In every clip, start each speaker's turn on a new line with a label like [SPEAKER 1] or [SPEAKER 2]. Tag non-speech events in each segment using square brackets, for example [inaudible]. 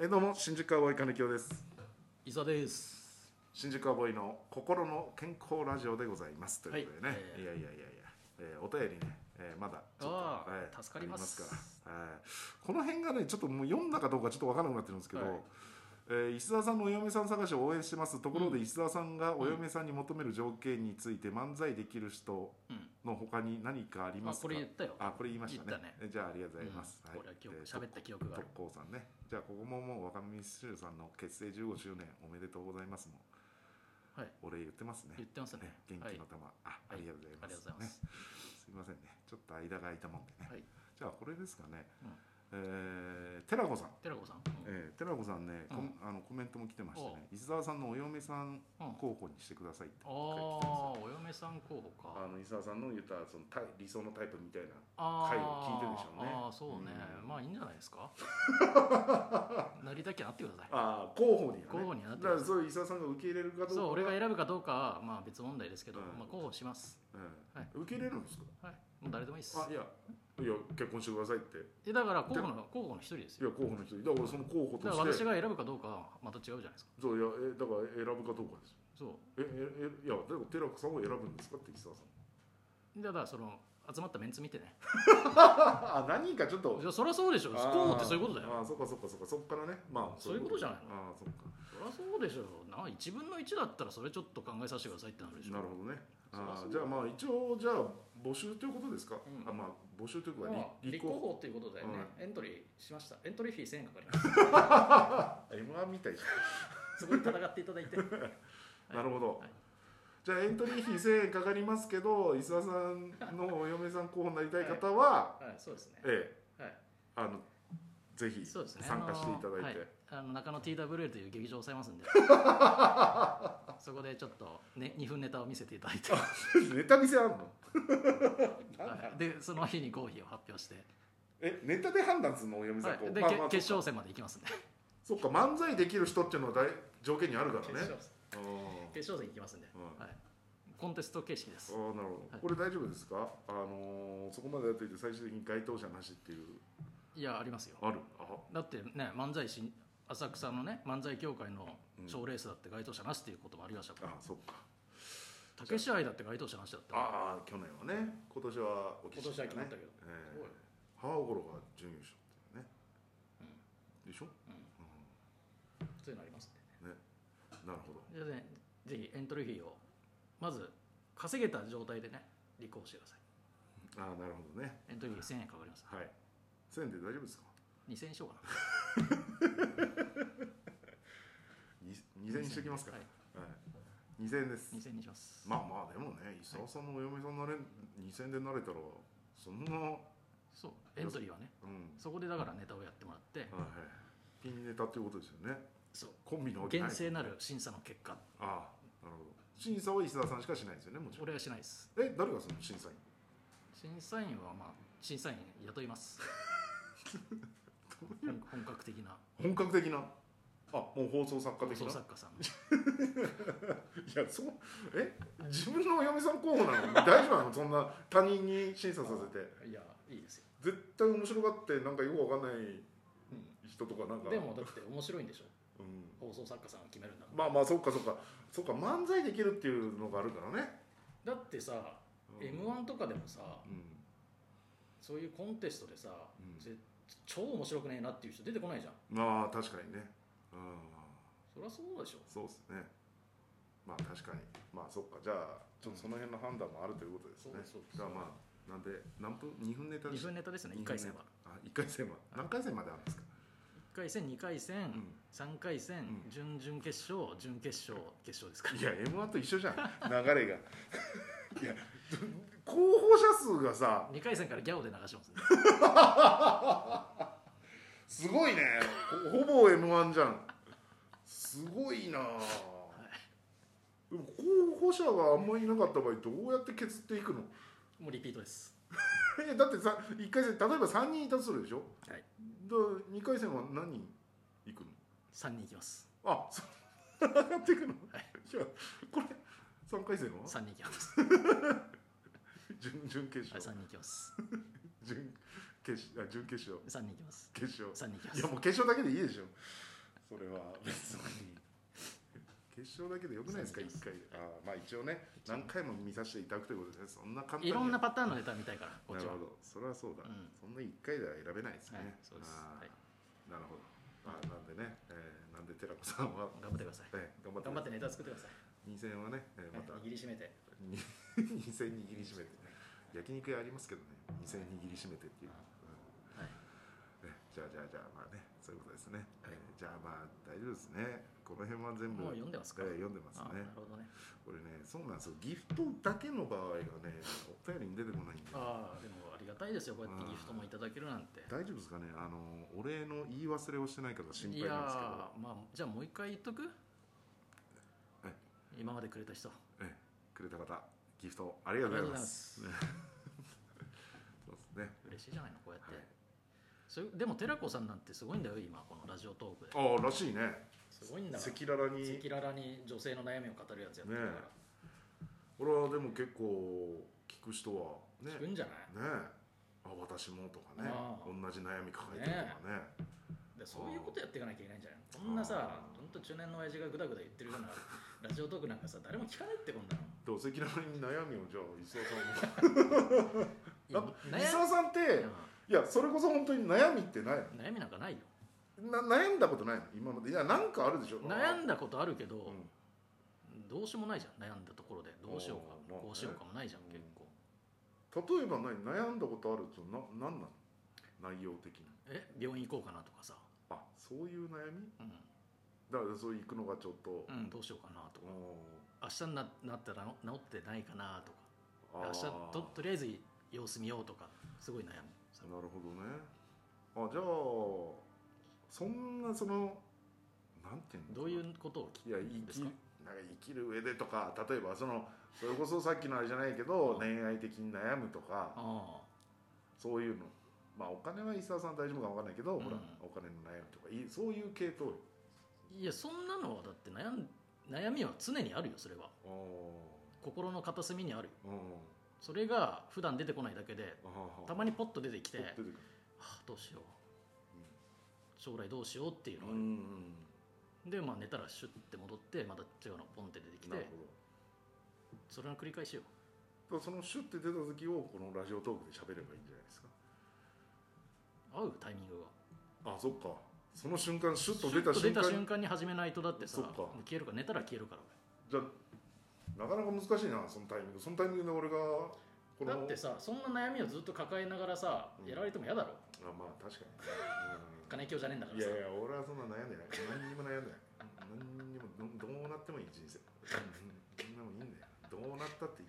[SPEAKER 1] えどうも新宿アボーイ金城です
[SPEAKER 2] 伊沢です
[SPEAKER 1] 新宿アボーイの心の健康ラジオでございますということでね、
[SPEAKER 2] はい
[SPEAKER 1] い
[SPEAKER 2] えー
[SPEAKER 1] やいやいやいや、えーお便りね、えーまだちょっと
[SPEAKER 2] あー
[SPEAKER 1] はい
[SPEAKER 2] 助かります
[SPEAKER 1] あから、はいこの辺がねちょっともう読んだかどうかちょっと分からなくなってるんですけど、
[SPEAKER 2] はい
[SPEAKER 1] えー石澤さんのお嫁さん探しを応援してますところで
[SPEAKER 2] うん
[SPEAKER 1] 石澤さんがお嫁さんに求める条件について漫才できる人の他に何かあり
[SPEAKER 2] あ
[SPEAKER 1] ますか、
[SPEAKER 2] これ言ったよ
[SPEAKER 1] あこれ言いましたね
[SPEAKER 2] 言ったね
[SPEAKER 1] えじゃあありがとうございます、
[SPEAKER 2] うんこれは記憶喋った記憶がある
[SPEAKER 1] 特攻さんねじゃあここももう若見修さんの結成15周年おめでとうございますも
[SPEAKER 2] はい
[SPEAKER 1] お礼言ってますね
[SPEAKER 2] 言ってますね
[SPEAKER 1] ね元
[SPEAKER 2] は
[SPEAKER 1] 気
[SPEAKER 2] い
[SPEAKER 1] の玉、あありがとうござい
[SPEAKER 2] あ
[SPEAKER 1] ます、
[SPEAKER 2] りがとうございま
[SPEAKER 1] ねすいません
[SPEAKER 2] す
[SPEAKER 1] ねちょっと間が空いたもんでね、
[SPEAKER 2] はい
[SPEAKER 1] じゃあこれですかね、
[SPEAKER 2] うん
[SPEAKER 1] えー寺子さん
[SPEAKER 2] 寺子さんうん
[SPEAKER 1] えー、寺子さんね、
[SPEAKER 2] うん
[SPEAKER 1] コメあのコメントも来てましてね
[SPEAKER 2] お
[SPEAKER 1] 石澤さんのお嫁さん
[SPEAKER 2] うん
[SPEAKER 1] 候補にしてくださいって
[SPEAKER 2] あ
[SPEAKER 1] 来
[SPEAKER 2] あ
[SPEAKER 1] てますよ
[SPEAKER 2] お嫁さん候補
[SPEAKER 1] あ
[SPEAKER 2] か
[SPEAKER 1] の石澤さんの言ったそのタイ理想のタイプみたいな
[SPEAKER 2] あ
[SPEAKER 1] 回を聞いてるでしょうね
[SPEAKER 2] ああそうね
[SPEAKER 1] うん
[SPEAKER 2] まあいいんじゃな
[SPEAKER 1] [laughs]
[SPEAKER 2] いですかなりたきゃなってくださ
[SPEAKER 1] ああ候補にはね
[SPEAKER 2] 候補にはなって
[SPEAKER 1] だ
[SPEAKER 2] ま
[SPEAKER 1] か
[SPEAKER 2] す
[SPEAKER 1] らそういう伊沢さんが受け入れるかどう
[SPEAKER 2] い
[SPEAKER 1] か
[SPEAKER 2] そう俺が
[SPEAKER 1] うん
[SPEAKER 2] 選ぶかどうかはまあ別問題ですけど
[SPEAKER 1] うん
[SPEAKER 2] まあ候補しますはい
[SPEAKER 1] 受け入れるんですか
[SPEAKER 2] はいもう誰でもいいです
[SPEAKER 1] あいやいや結婚してくださいってい
[SPEAKER 2] えだから候補の候補の一人です
[SPEAKER 1] や
[SPEAKER 2] よ
[SPEAKER 1] 候補の人だから俺その候補
[SPEAKER 2] だ
[SPEAKER 1] と
[SPEAKER 2] から
[SPEAKER 1] し
[SPEAKER 2] 私
[SPEAKER 1] て
[SPEAKER 2] が選ぶかどうかはまた違うじゃないですか
[SPEAKER 1] そういやえだから選ぶかどうかですよ
[SPEAKER 2] そ
[SPEAKER 1] えええいやだから寺子さんを選ぶんですかって石澤さん
[SPEAKER 2] うだからその集まったメンツ見てね
[SPEAKER 1] [laughs] あ何人かちょっと
[SPEAKER 2] いやそりゃそうでしょ候補ってそういうことだよ
[SPEAKER 1] あーあーそっかそっかそっかそっからねまあ
[SPEAKER 2] そういうことじゃないの
[SPEAKER 1] ああーそっか
[SPEAKER 2] そりゃそうでしょな1分の1だったらそれちょっと考えさせてくださいってなるでしょ
[SPEAKER 1] なるほどね
[SPEAKER 2] そりゃ
[SPEAKER 1] あ
[SPEAKER 2] そ
[SPEAKER 1] ー
[SPEAKER 2] う
[SPEAKER 1] じゃあまあ一応じゃあ募集ということですか、
[SPEAKER 2] うん
[SPEAKER 1] あまあ募集というか
[SPEAKER 2] まあ
[SPEAKER 1] 立
[SPEAKER 2] 立
[SPEAKER 1] 立候
[SPEAKER 2] 候
[SPEAKER 1] 補
[SPEAKER 2] 補ということでね、エントリーしましたエントリーフィー1000円かかります
[SPEAKER 1] m 1みたいじゃん
[SPEAKER 2] そこで戦っていただ
[SPEAKER 1] [laughs]
[SPEAKER 2] いてはい
[SPEAKER 1] なるほど、
[SPEAKER 2] はい
[SPEAKER 1] じゃあエントリー費1000円かかりますけど伊沢さんのお嫁さん候補になりたい方は、
[SPEAKER 2] はいそうですね
[SPEAKER 1] ええ、
[SPEAKER 2] はい
[SPEAKER 1] あのぜひ
[SPEAKER 2] そうですね
[SPEAKER 1] 参加していただいて、
[SPEAKER 2] あのーはいあの中野 TWL という劇場を抑えますん
[SPEAKER 1] [laughs]
[SPEAKER 2] でそこでちょっと、ね、2分ネタを見せていただ
[SPEAKER 1] [laughs]
[SPEAKER 2] いて、は
[SPEAKER 1] ネタ見せあんの
[SPEAKER 2] い、でその日に合否を発表して、
[SPEAKER 1] えネタで判断するのお嫁さん候補、
[SPEAKER 2] はい、で、
[SPEAKER 1] まあ
[SPEAKER 2] け
[SPEAKER 1] まあ
[SPEAKER 2] 決勝戦まで行きますんで
[SPEAKER 1] そっか漫才できる人っていうのは大条件にあるからね
[SPEAKER 2] 戦
[SPEAKER 1] うん
[SPEAKER 2] 決勝戦行きますんで、
[SPEAKER 1] うん
[SPEAKER 2] はい、コンテスト形式です
[SPEAKER 1] あーなるほど、
[SPEAKER 2] はい
[SPEAKER 1] これ大丈夫ですか、あのーそこまでやっていて最終的に該当者なしっていう
[SPEAKER 2] いやありますよ
[SPEAKER 1] あるあ
[SPEAKER 2] だってね漫才師浅草のね漫才協会の
[SPEAKER 1] うん
[SPEAKER 2] 賞レースだって該当者なしっていうこともありましたから
[SPEAKER 1] あそっか
[SPEAKER 2] 竹試合だって該当者なしだったから
[SPEAKER 1] ああ去年はね今年はお聞きしたね
[SPEAKER 2] 今年は決まったけど
[SPEAKER 1] ええ
[SPEAKER 2] すごいよ
[SPEAKER 1] 母心が準優勝ってね、でしょ、
[SPEAKER 2] うん
[SPEAKER 1] う
[SPEAKER 2] そういうのありますね
[SPEAKER 1] んなるほど
[SPEAKER 2] じゃあねぜひエントリー費をまず稼げた状態でね立候補してください
[SPEAKER 1] ああなるほどね
[SPEAKER 2] エントリー費1000円かかります
[SPEAKER 1] はい1000円で大丈夫ですか
[SPEAKER 2] 2000円しようか
[SPEAKER 1] に
[SPEAKER 2] な
[SPEAKER 1] 2000円にしときますか
[SPEAKER 2] はい
[SPEAKER 1] はい、2000円です
[SPEAKER 2] 2000円にします
[SPEAKER 1] まあまあでもね石澤さんのお嫁さんなれ2000円でなれたらそんな
[SPEAKER 2] そうエントリーはね
[SPEAKER 1] うん
[SPEAKER 2] そこでだからネタをやってもらって
[SPEAKER 1] はいはいピンネタということですよね
[SPEAKER 2] そう
[SPEAKER 1] コンビのわけない
[SPEAKER 2] 厳正なる審査の結果
[SPEAKER 1] ああなるほど審査は石澤さんしかしないですよねもちろん
[SPEAKER 2] 俺はしないです
[SPEAKER 1] え誰がその審査員
[SPEAKER 2] 審査員はまあ審査員雇います
[SPEAKER 1] [laughs]
[SPEAKER 2] 本本格的な
[SPEAKER 1] 本格的なあもう放送作家
[SPEAKER 2] 放
[SPEAKER 1] 的な
[SPEAKER 2] 送作家さん
[SPEAKER 1] いやそうえ自分のお嫁さん候補なのに大丈夫なのそんな他人に審査させて
[SPEAKER 2] いやいいですよ、
[SPEAKER 1] 絶対面白がってなんかよくわかんない
[SPEAKER 2] うん
[SPEAKER 1] 人とかなんか
[SPEAKER 2] で、もだって面白いんでしょ
[SPEAKER 1] うん、
[SPEAKER 2] 放送作家さんが決めるんだもん
[SPEAKER 1] まあまあそっかそっかそっか漫才できるっていうのがあるからね、
[SPEAKER 2] だってさ、
[SPEAKER 1] うん
[SPEAKER 2] m 1とかでもさそういうコンテストでさ、
[SPEAKER 1] うん
[SPEAKER 2] ぜ超面白くねえなっていう人出てこないじゃん
[SPEAKER 1] うん、まあ確かにねうん
[SPEAKER 2] そりゃそうでしょ
[SPEAKER 1] そうですねまあ確かにまあそっかじゃあちょっとその辺の判断もあるということですね、
[SPEAKER 2] そうそうそう
[SPEAKER 1] じゃあまあなんで何分2分ネタで
[SPEAKER 2] 2
[SPEAKER 1] し
[SPEAKER 2] 分ネタですね1回戦は
[SPEAKER 1] あ1回戦は何回戦まであるんですか、
[SPEAKER 2] 1回戦2回戦、
[SPEAKER 1] うん
[SPEAKER 2] 3回戦、
[SPEAKER 1] うん
[SPEAKER 2] 準々決勝準決勝決勝ですか
[SPEAKER 1] いや m 1と一緒じゃん流れがいや候補者数がさ
[SPEAKER 2] 2回戦からギャオで流しますね
[SPEAKER 1] すごいねほほぼ m 1じゃんすごいなあでも候補者があんまりいなかった場合どうやって削っていくの
[SPEAKER 2] もうリピートです
[SPEAKER 1] いやだってさ1回戦例えば3人いたとするでしょ、
[SPEAKER 2] はい
[SPEAKER 1] だ2回戦は何人いくの
[SPEAKER 2] 3人いきます
[SPEAKER 1] あそう上がっていくの、い、やこれ3回戦は
[SPEAKER 2] 3人いきます
[SPEAKER 1] 準準決
[SPEAKER 2] はい、
[SPEAKER 1] 勝
[SPEAKER 2] 3人いきます。
[SPEAKER 1] 準決決勝あ準決勝
[SPEAKER 2] 3人いきます
[SPEAKER 1] 決勝
[SPEAKER 2] 3人いきま
[SPEAKER 1] い
[SPEAKER 2] す
[SPEAKER 1] やもう決勝だけでいいでしょそれは別に決勝だけでよくないですか一回でああまあ一応ね何回も見させていただくということですねそんな簡単に
[SPEAKER 2] いろんなパターンのネタ見たいからこ
[SPEAKER 1] な
[SPEAKER 2] っ
[SPEAKER 1] る
[SPEAKER 2] ちは
[SPEAKER 1] ほどそれはそうだ、
[SPEAKER 2] うん
[SPEAKER 1] そんな一回では選べないですね、
[SPEAKER 2] はいそうです
[SPEAKER 1] あー
[SPEAKER 2] はい
[SPEAKER 1] なるほどあーなんでね、えーなんで寺子さんは、
[SPEAKER 2] 頑張ってください
[SPEAKER 1] えー頑張って
[SPEAKER 2] 頑張ってネタ作ってください
[SPEAKER 1] 2戦はね、えーまた
[SPEAKER 2] はい握りしめて
[SPEAKER 1] に2戦握りしめて焼肉屋ありますけどね2戦握りしめてっていう、
[SPEAKER 2] はい
[SPEAKER 1] うんね、じゃあじゃあじゃあまあねそういうことですね、えーじゃあまあ大丈夫ですねこの辺は全部
[SPEAKER 2] もう読んでますか
[SPEAKER 1] えー読んでます
[SPEAKER 2] あな
[SPEAKER 1] ね
[SPEAKER 2] るほどね
[SPEAKER 1] これねそうなんですよギフトだけの場合がねお便りに出てこないんで
[SPEAKER 2] ああでもありがたいですよこうやってギフトもいただけるなんて
[SPEAKER 1] 大丈夫ですかねあのお礼の言い忘れをしてないから心
[SPEAKER 2] い
[SPEAKER 1] 配
[SPEAKER 2] やー
[SPEAKER 1] なんですけ
[SPEAKER 2] まあじゃあもう一回言っとく
[SPEAKER 1] はい
[SPEAKER 2] 今までくれた人
[SPEAKER 1] ど、ええくれた方ギフトありがとうございます
[SPEAKER 2] あ
[SPEAKER 1] そうですね
[SPEAKER 2] 嬉しいじゃないのこうやって、
[SPEAKER 1] はい
[SPEAKER 2] それでも寺子さんなんてすごいんだよ今このラジオトークで
[SPEAKER 1] ああらしいね
[SPEAKER 2] すごいんだわ
[SPEAKER 1] 赤
[SPEAKER 2] 赤
[SPEAKER 1] 裸々に
[SPEAKER 2] 裸々に女性の悩みを語るやつやってる
[SPEAKER 1] ね
[SPEAKER 2] か
[SPEAKER 1] 俺はでも結構聞く人はね
[SPEAKER 2] ら聞
[SPEAKER 1] ね
[SPEAKER 2] くんじゃない、
[SPEAKER 1] あ私もとかね
[SPEAKER 2] ああ
[SPEAKER 1] 同じ悩み抱えてるとかね
[SPEAKER 2] でそういうことやっていかなきゃいけないんじゃないのこんなさほんと中年の親父がぐだぐだ言ってるようなラジオトークなんかさ誰も聞かないってこんなの
[SPEAKER 1] でお赤裸々に悩みをじゃあ磯田さん
[SPEAKER 2] いや
[SPEAKER 1] も
[SPEAKER 2] 悩み
[SPEAKER 1] 磯田さんっていやそれこそ本当に悩みってないの
[SPEAKER 2] うん悩みなんかないよ
[SPEAKER 1] な悩んだことないの今までいやなんかあるでしょ
[SPEAKER 2] 悩
[SPEAKER 1] だ
[SPEAKER 2] んだことあるけど、
[SPEAKER 1] うん
[SPEAKER 2] どうしようもないじゃん悩んだところでどうしようか
[SPEAKER 1] あーまあね
[SPEAKER 2] こうしようかもないじゃん
[SPEAKER 1] うん
[SPEAKER 2] 結構
[SPEAKER 1] 例えば何悩んだことあるとな何なの内容的に
[SPEAKER 2] え病院行こうかなとかさ、
[SPEAKER 1] あそういう悩み
[SPEAKER 2] うん
[SPEAKER 1] だからそう行くのがちょっと、
[SPEAKER 2] うん、どうしようかなとか
[SPEAKER 1] あ
[SPEAKER 2] 明日にななったら治ってないかなと
[SPEAKER 1] ー
[SPEAKER 2] か明日ととりあえず様子見ようとかすごい悩むそれ
[SPEAKER 1] なるほどねあじゃあそんなそのなんていうの
[SPEAKER 2] どういうことを聞
[SPEAKER 1] いや
[SPEAKER 2] で
[SPEAKER 1] 生き
[SPEAKER 2] すか
[SPEAKER 1] なんか生きる上でとか例えばそのそれこそさっきのあれじゃないけど
[SPEAKER 2] [laughs] うん
[SPEAKER 1] 恋愛的に悩むとか
[SPEAKER 2] あ
[SPEAKER 1] そういうのまあお金は伊沢さん大丈夫かわかんないけど、
[SPEAKER 2] うん
[SPEAKER 1] ほらお金の悩みとかいそういう系統よ
[SPEAKER 2] あいやそんなのはだって悩ん悩みは常にあるよそれは
[SPEAKER 1] あー
[SPEAKER 2] 心の片隅にあるよ
[SPEAKER 1] うん
[SPEAKER 2] それが普段出てこないだけで
[SPEAKER 1] あー
[SPEAKER 2] たまにポッと出てきて、
[SPEAKER 1] 取って
[SPEAKER 2] は
[SPEAKER 1] るか
[SPEAKER 2] あ、どうしよう将来どうしようっていうの
[SPEAKER 1] う
[SPEAKER 2] が
[SPEAKER 1] んう
[SPEAKER 2] ある
[SPEAKER 1] ん
[SPEAKER 2] でまあ寝たらシュッて戻ってまた違うのポンって出てき
[SPEAKER 1] なる
[SPEAKER 2] て
[SPEAKER 1] ほど
[SPEAKER 2] それの繰り返しよ
[SPEAKER 1] だからそのシュッて出た時をこのラジオトークで喋ればいいんじゃないですか
[SPEAKER 2] 合うタイミングが
[SPEAKER 1] あそっかその瞬間シュッと出た
[SPEAKER 2] シ
[SPEAKER 1] 瞬
[SPEAKER 2] ュッと出た
[SPEAKER 1] 間
[SPEAKER 2] 瞬間に始めないとだってさ
[SPEAKER 1] そっか
[SPEAKER 2] 消えるから寝たら消えるから
[SPEAKER 1] じゃあなかなか難しいなそのタイミングそのタイミングで俺がこの
[SPEAKER 2] だってさそんな悩みをずっと抱えながらさ、
[SPEAKER 1] うん
[SPEAKER 2] やられても嫌だろ
[SPEAKER 1] あまあ確かに、
[SPEAKER 2] [laughs] 金教じゃねえんだ
[SPEAKER 1] う
[SPEAKER 2] か
[SPEAKER 1] ん、
[SPEAKER 2] ら
[SPEAKER 1] いや
[SPEAKER 2] さ
[SPEAKER 1] いや俺はそんな悩んでない何にも悩んでない何にもどどうなってもいい人生うんそんなもんいいんだよどうなったっていい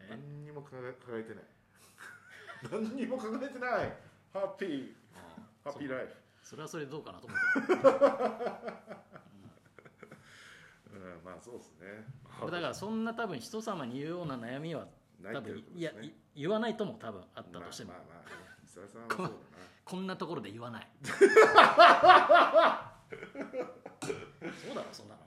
[SPEAKER 2] え
[SPEAKER 1] 何にも輝輝いてない [laughs] 何にも輝いてないハッピー
[SPEAKER 2] あ
[SPEAKER 1] ハ
[SPEAKER 2] あ
[SPEAKER 1] ッピーライフ
[SPEAKER 2] そそれはそれでどうかなと思
[SPEAKER 1] うんまあそうですね
[SPEAKER 2] う俺だからそんな多分人様に言うような悩みは
[SPEAKER 1] ない
[SPEAKER 2] 多
[SPEAKER 1] って
[SPEAKER 2] 分
[SPEAKER 1] こ
[SPEAKER 2] いや
[SPEAKER 1] とですね
[SPEAKER 2] い言わないとも多分あったとしても、
[SPEAKER 1] まあまあまあ伊沢さんはそうだな
[SPEAKER 2] [laughs] こんなところで言
[SPEAKER 1] [laughs]
[SPEAKER 2] わないそうだろそんなの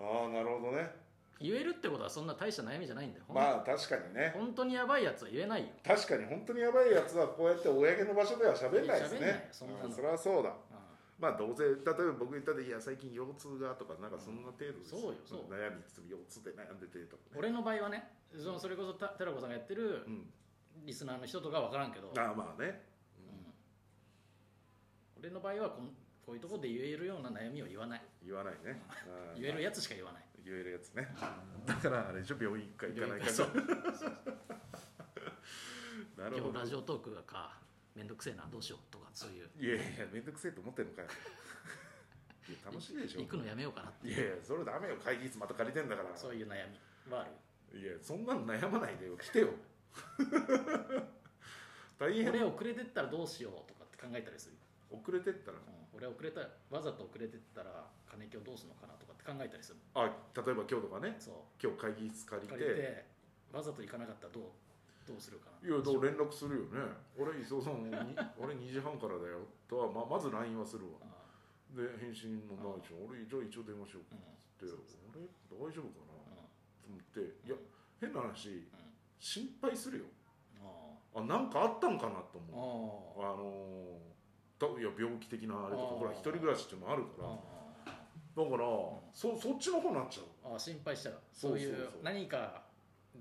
[SPEAKER 1] ああなるほどね
[SPEAKER 2] 言えるってことはそんな大した悩みじゃないんだよ、ほん
[SPEAKER 1] まあ確かにね
[SPEAKER 2] 本当にやばいやつは言えないよ
[SPEAKER 1] 確かに本当にやばいやつはこうやって公の場所では喋んないです
[SPEAKER 2] 喋んない
[SPEAKER 1] ね
[SPEAKER 2] そんなの
[SPEAKER 1] うんそれはそうだ
[SPEAKER 2] う
[SPEAKER 1] まあどうせ例えば僕言ったでいや最近腰痛がとかなんかそんな程度です、
[SPEAKER 2] そうよそう
[SPEAKER 1] 悩みつつ腰痛で悩んでてと
[SPEAKER 2] ん
[SPEAKER 1] か、ね、
[SPEAKER 2] 俺の場合はねそのそれこそた寺子さんがやってる
[SPEAKER 1] うん
[SPEAKER 2] リスナーの人とかわからんけど、
[SPEAKER 1] ああまあね
[SPEAKER 2] うん俺の場合はこんこういうところで言えるような悩みを言わない
[SPEAKER 1] 言わないねあー
[SPEAKER 2] 言えるやつしか言わない
[SPEAKER 1] 言えるやつねだからあれでしょ病院行くか行かないか
[SPEAKER 2] そう
[SPEAKER 1] [laughs] なる
[SPEAKER 2] 今
[SPEAKER 1] ほ
[SPEAKER 2] 日
[SPEAKER 1] ど
[SPEAKER 2] ラジオトークがかめんどくせえなどうしようとかそういう
[SPEAKER 1] いやいやめんどくせえと思ってんのか
[SPEAKER 2] [laughs]
[SPEAKER 1] よいや楽しいでしょ
[SPEAKER 2] 行くのやめようかなって
[SPEAKER 1] い
[SPEAKER 2] い
[SPEAKER 1] や
[SPEAKER 2] う
[SPEAKER 1] いやそれダメよ会議室また借りてんだから
[SPEAKER 2] そういう悩みはある
[SPEAKER 1] いやそんなの悩まないでよ来てよ [laughs] 大変
[SPEAKER 2] 俺遅れてったらどうしようとかって考えたりする、
[SPEAKER 1] 遅れてったら
[SPEAKER 2] うん俺遅れたわざと遅れてったら金今日どうするのかなとかって考えたりする
[SPEAKER 1] あ例えば今日とかね
[SPEAKER 2] そ
[SPEAKER 1] 今日会議室借
[SPEAKER 2] う
[SPEAKER 1] り
[SPEAKER 2] 借
[SPEAKER 1] て
[SPEAKER 2] りてわざと行かなかったらどうどうするかない
[SPEAKER 1] いやどう連絡するよね俺磯さんに俺2時半からだよとは、まあ、まず LINE はするわで返信もないし俺じゃあ一応電話しよう
[SPEAKER 2] うん
[SPEAKER 1] って
[SPEAKER 2] そう
[SPEAKER 1] 俺大丈夫かな
[SPEAKER 2] うん
[SPEAKER 1] と思っていや変な話
[SPEAKER 2] うん
[SPEAKER 1] 心配するよ
[SPEAKER 2] ああ
[SPEAKER 1] あなんかあったんかなと思う
[SPEAKER 2] あ
[SPEAKER 1] あのーだいや病気的なあれとか
[SPEAKER 2] あー
[SPEAKER 1] ほら一人暮らしっていうのもあるか
[SPEAKER 2] あ
[SPEAKER 1] らだか
[SPEAKER 2] あ
[SPEAKER 1] ら、そそっちの方になっちゃう
[SPEAKER 2] ああ心配したら
[SPEAKER 1] そうそ
[SPEAKER 2] そ
[SPEAKER 1] うう
[SPEAKER 2] い
[SPEAKER 1] そう
[SPEAKER 2] う何か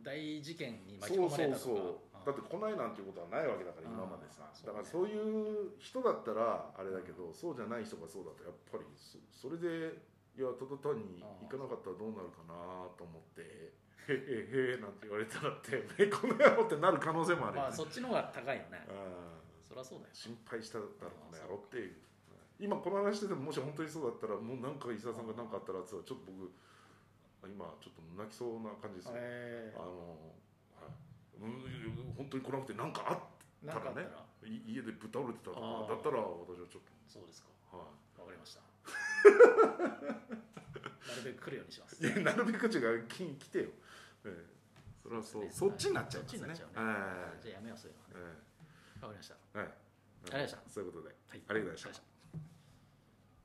[SPEAKER 2] 大事件に巻き
[SPEAKER 1] そう
[SPEAKER 2] 込ま
[SPEAKER 1] そう
[SPEAKER 2] れたとか
[SPEAKER 1] そうだって来ないなんていうことはないわけだから
[SPEAKER 2] うん
[SPEAKER 1] 今までさ
[SPEAKER 2] そうね
[SPEAKER 1] だからそういう人だったらあれだけどそうじゃない人がそうだとやっぱりそそれでいやただ単に行かなかったらどうなるかなと思って「へへへ」なんて言われたらって [laughs] 「えこの野郎」ってなる可能性もある
[SPEAKER 2] ま
[SPEAKER 1] よ
[SPEAKER 2] あ
[SPEAKER 1] ね
[SPEAKER 2] そっちの方が高いよね
[SPEAKER 1] うん
[SPEAKER 2] そりゃそうだよ
[SPEAKER 1] 心配しただろうねやろっていう今この話しててももし本当にそうだったらもうなんか伊沢さんが何かあったらって言ったらちょっと僕今ちょっと泣きそうな感じですよ、
[SPEAKER 2] え
[SPEAKER 1] あの、はい、うん本当に来なくて何かあ
[SPEAKER 2] えなんかあったら
[SPEAKER 1] ただい家でぶっ倒れてたと
[SPEAKER 2] あ
[SPEAKER 1] かだ
[SPEAKER 2] ー
[SPEAKER 1] ったら私はちょっ
[SPEAKER 2] そうですか
[SPEAKER 1] と、は
[SPEAKER 2] わかり
[SPEAKER 1] [laughs]
[SPEAKER 2] ましたなるべく来るようにします
[SPEAKER 1] い、いや
[SPEAKER 2] [laughs]
[SPEAKER 1] なるべく違う金来てよ、ええ、それはそうそ,、っちになっちゃいますね
[SPEAKER 2] そっちになっちゃうね
[SPEAKER 1] は、
[SPEAKER 2] じゃあやめようそういうのはい
[SPEAKER 1] え
[SPEAKER 2] わかりました
[SPEAKER 1] えはい、
[SPEAKER 2] ありがとうございました
[SPEAKER 1] そういうことであ
[SPEAKER 2] はい
[SPEAKER 1] りがとうございました
[SPEAKER 2] した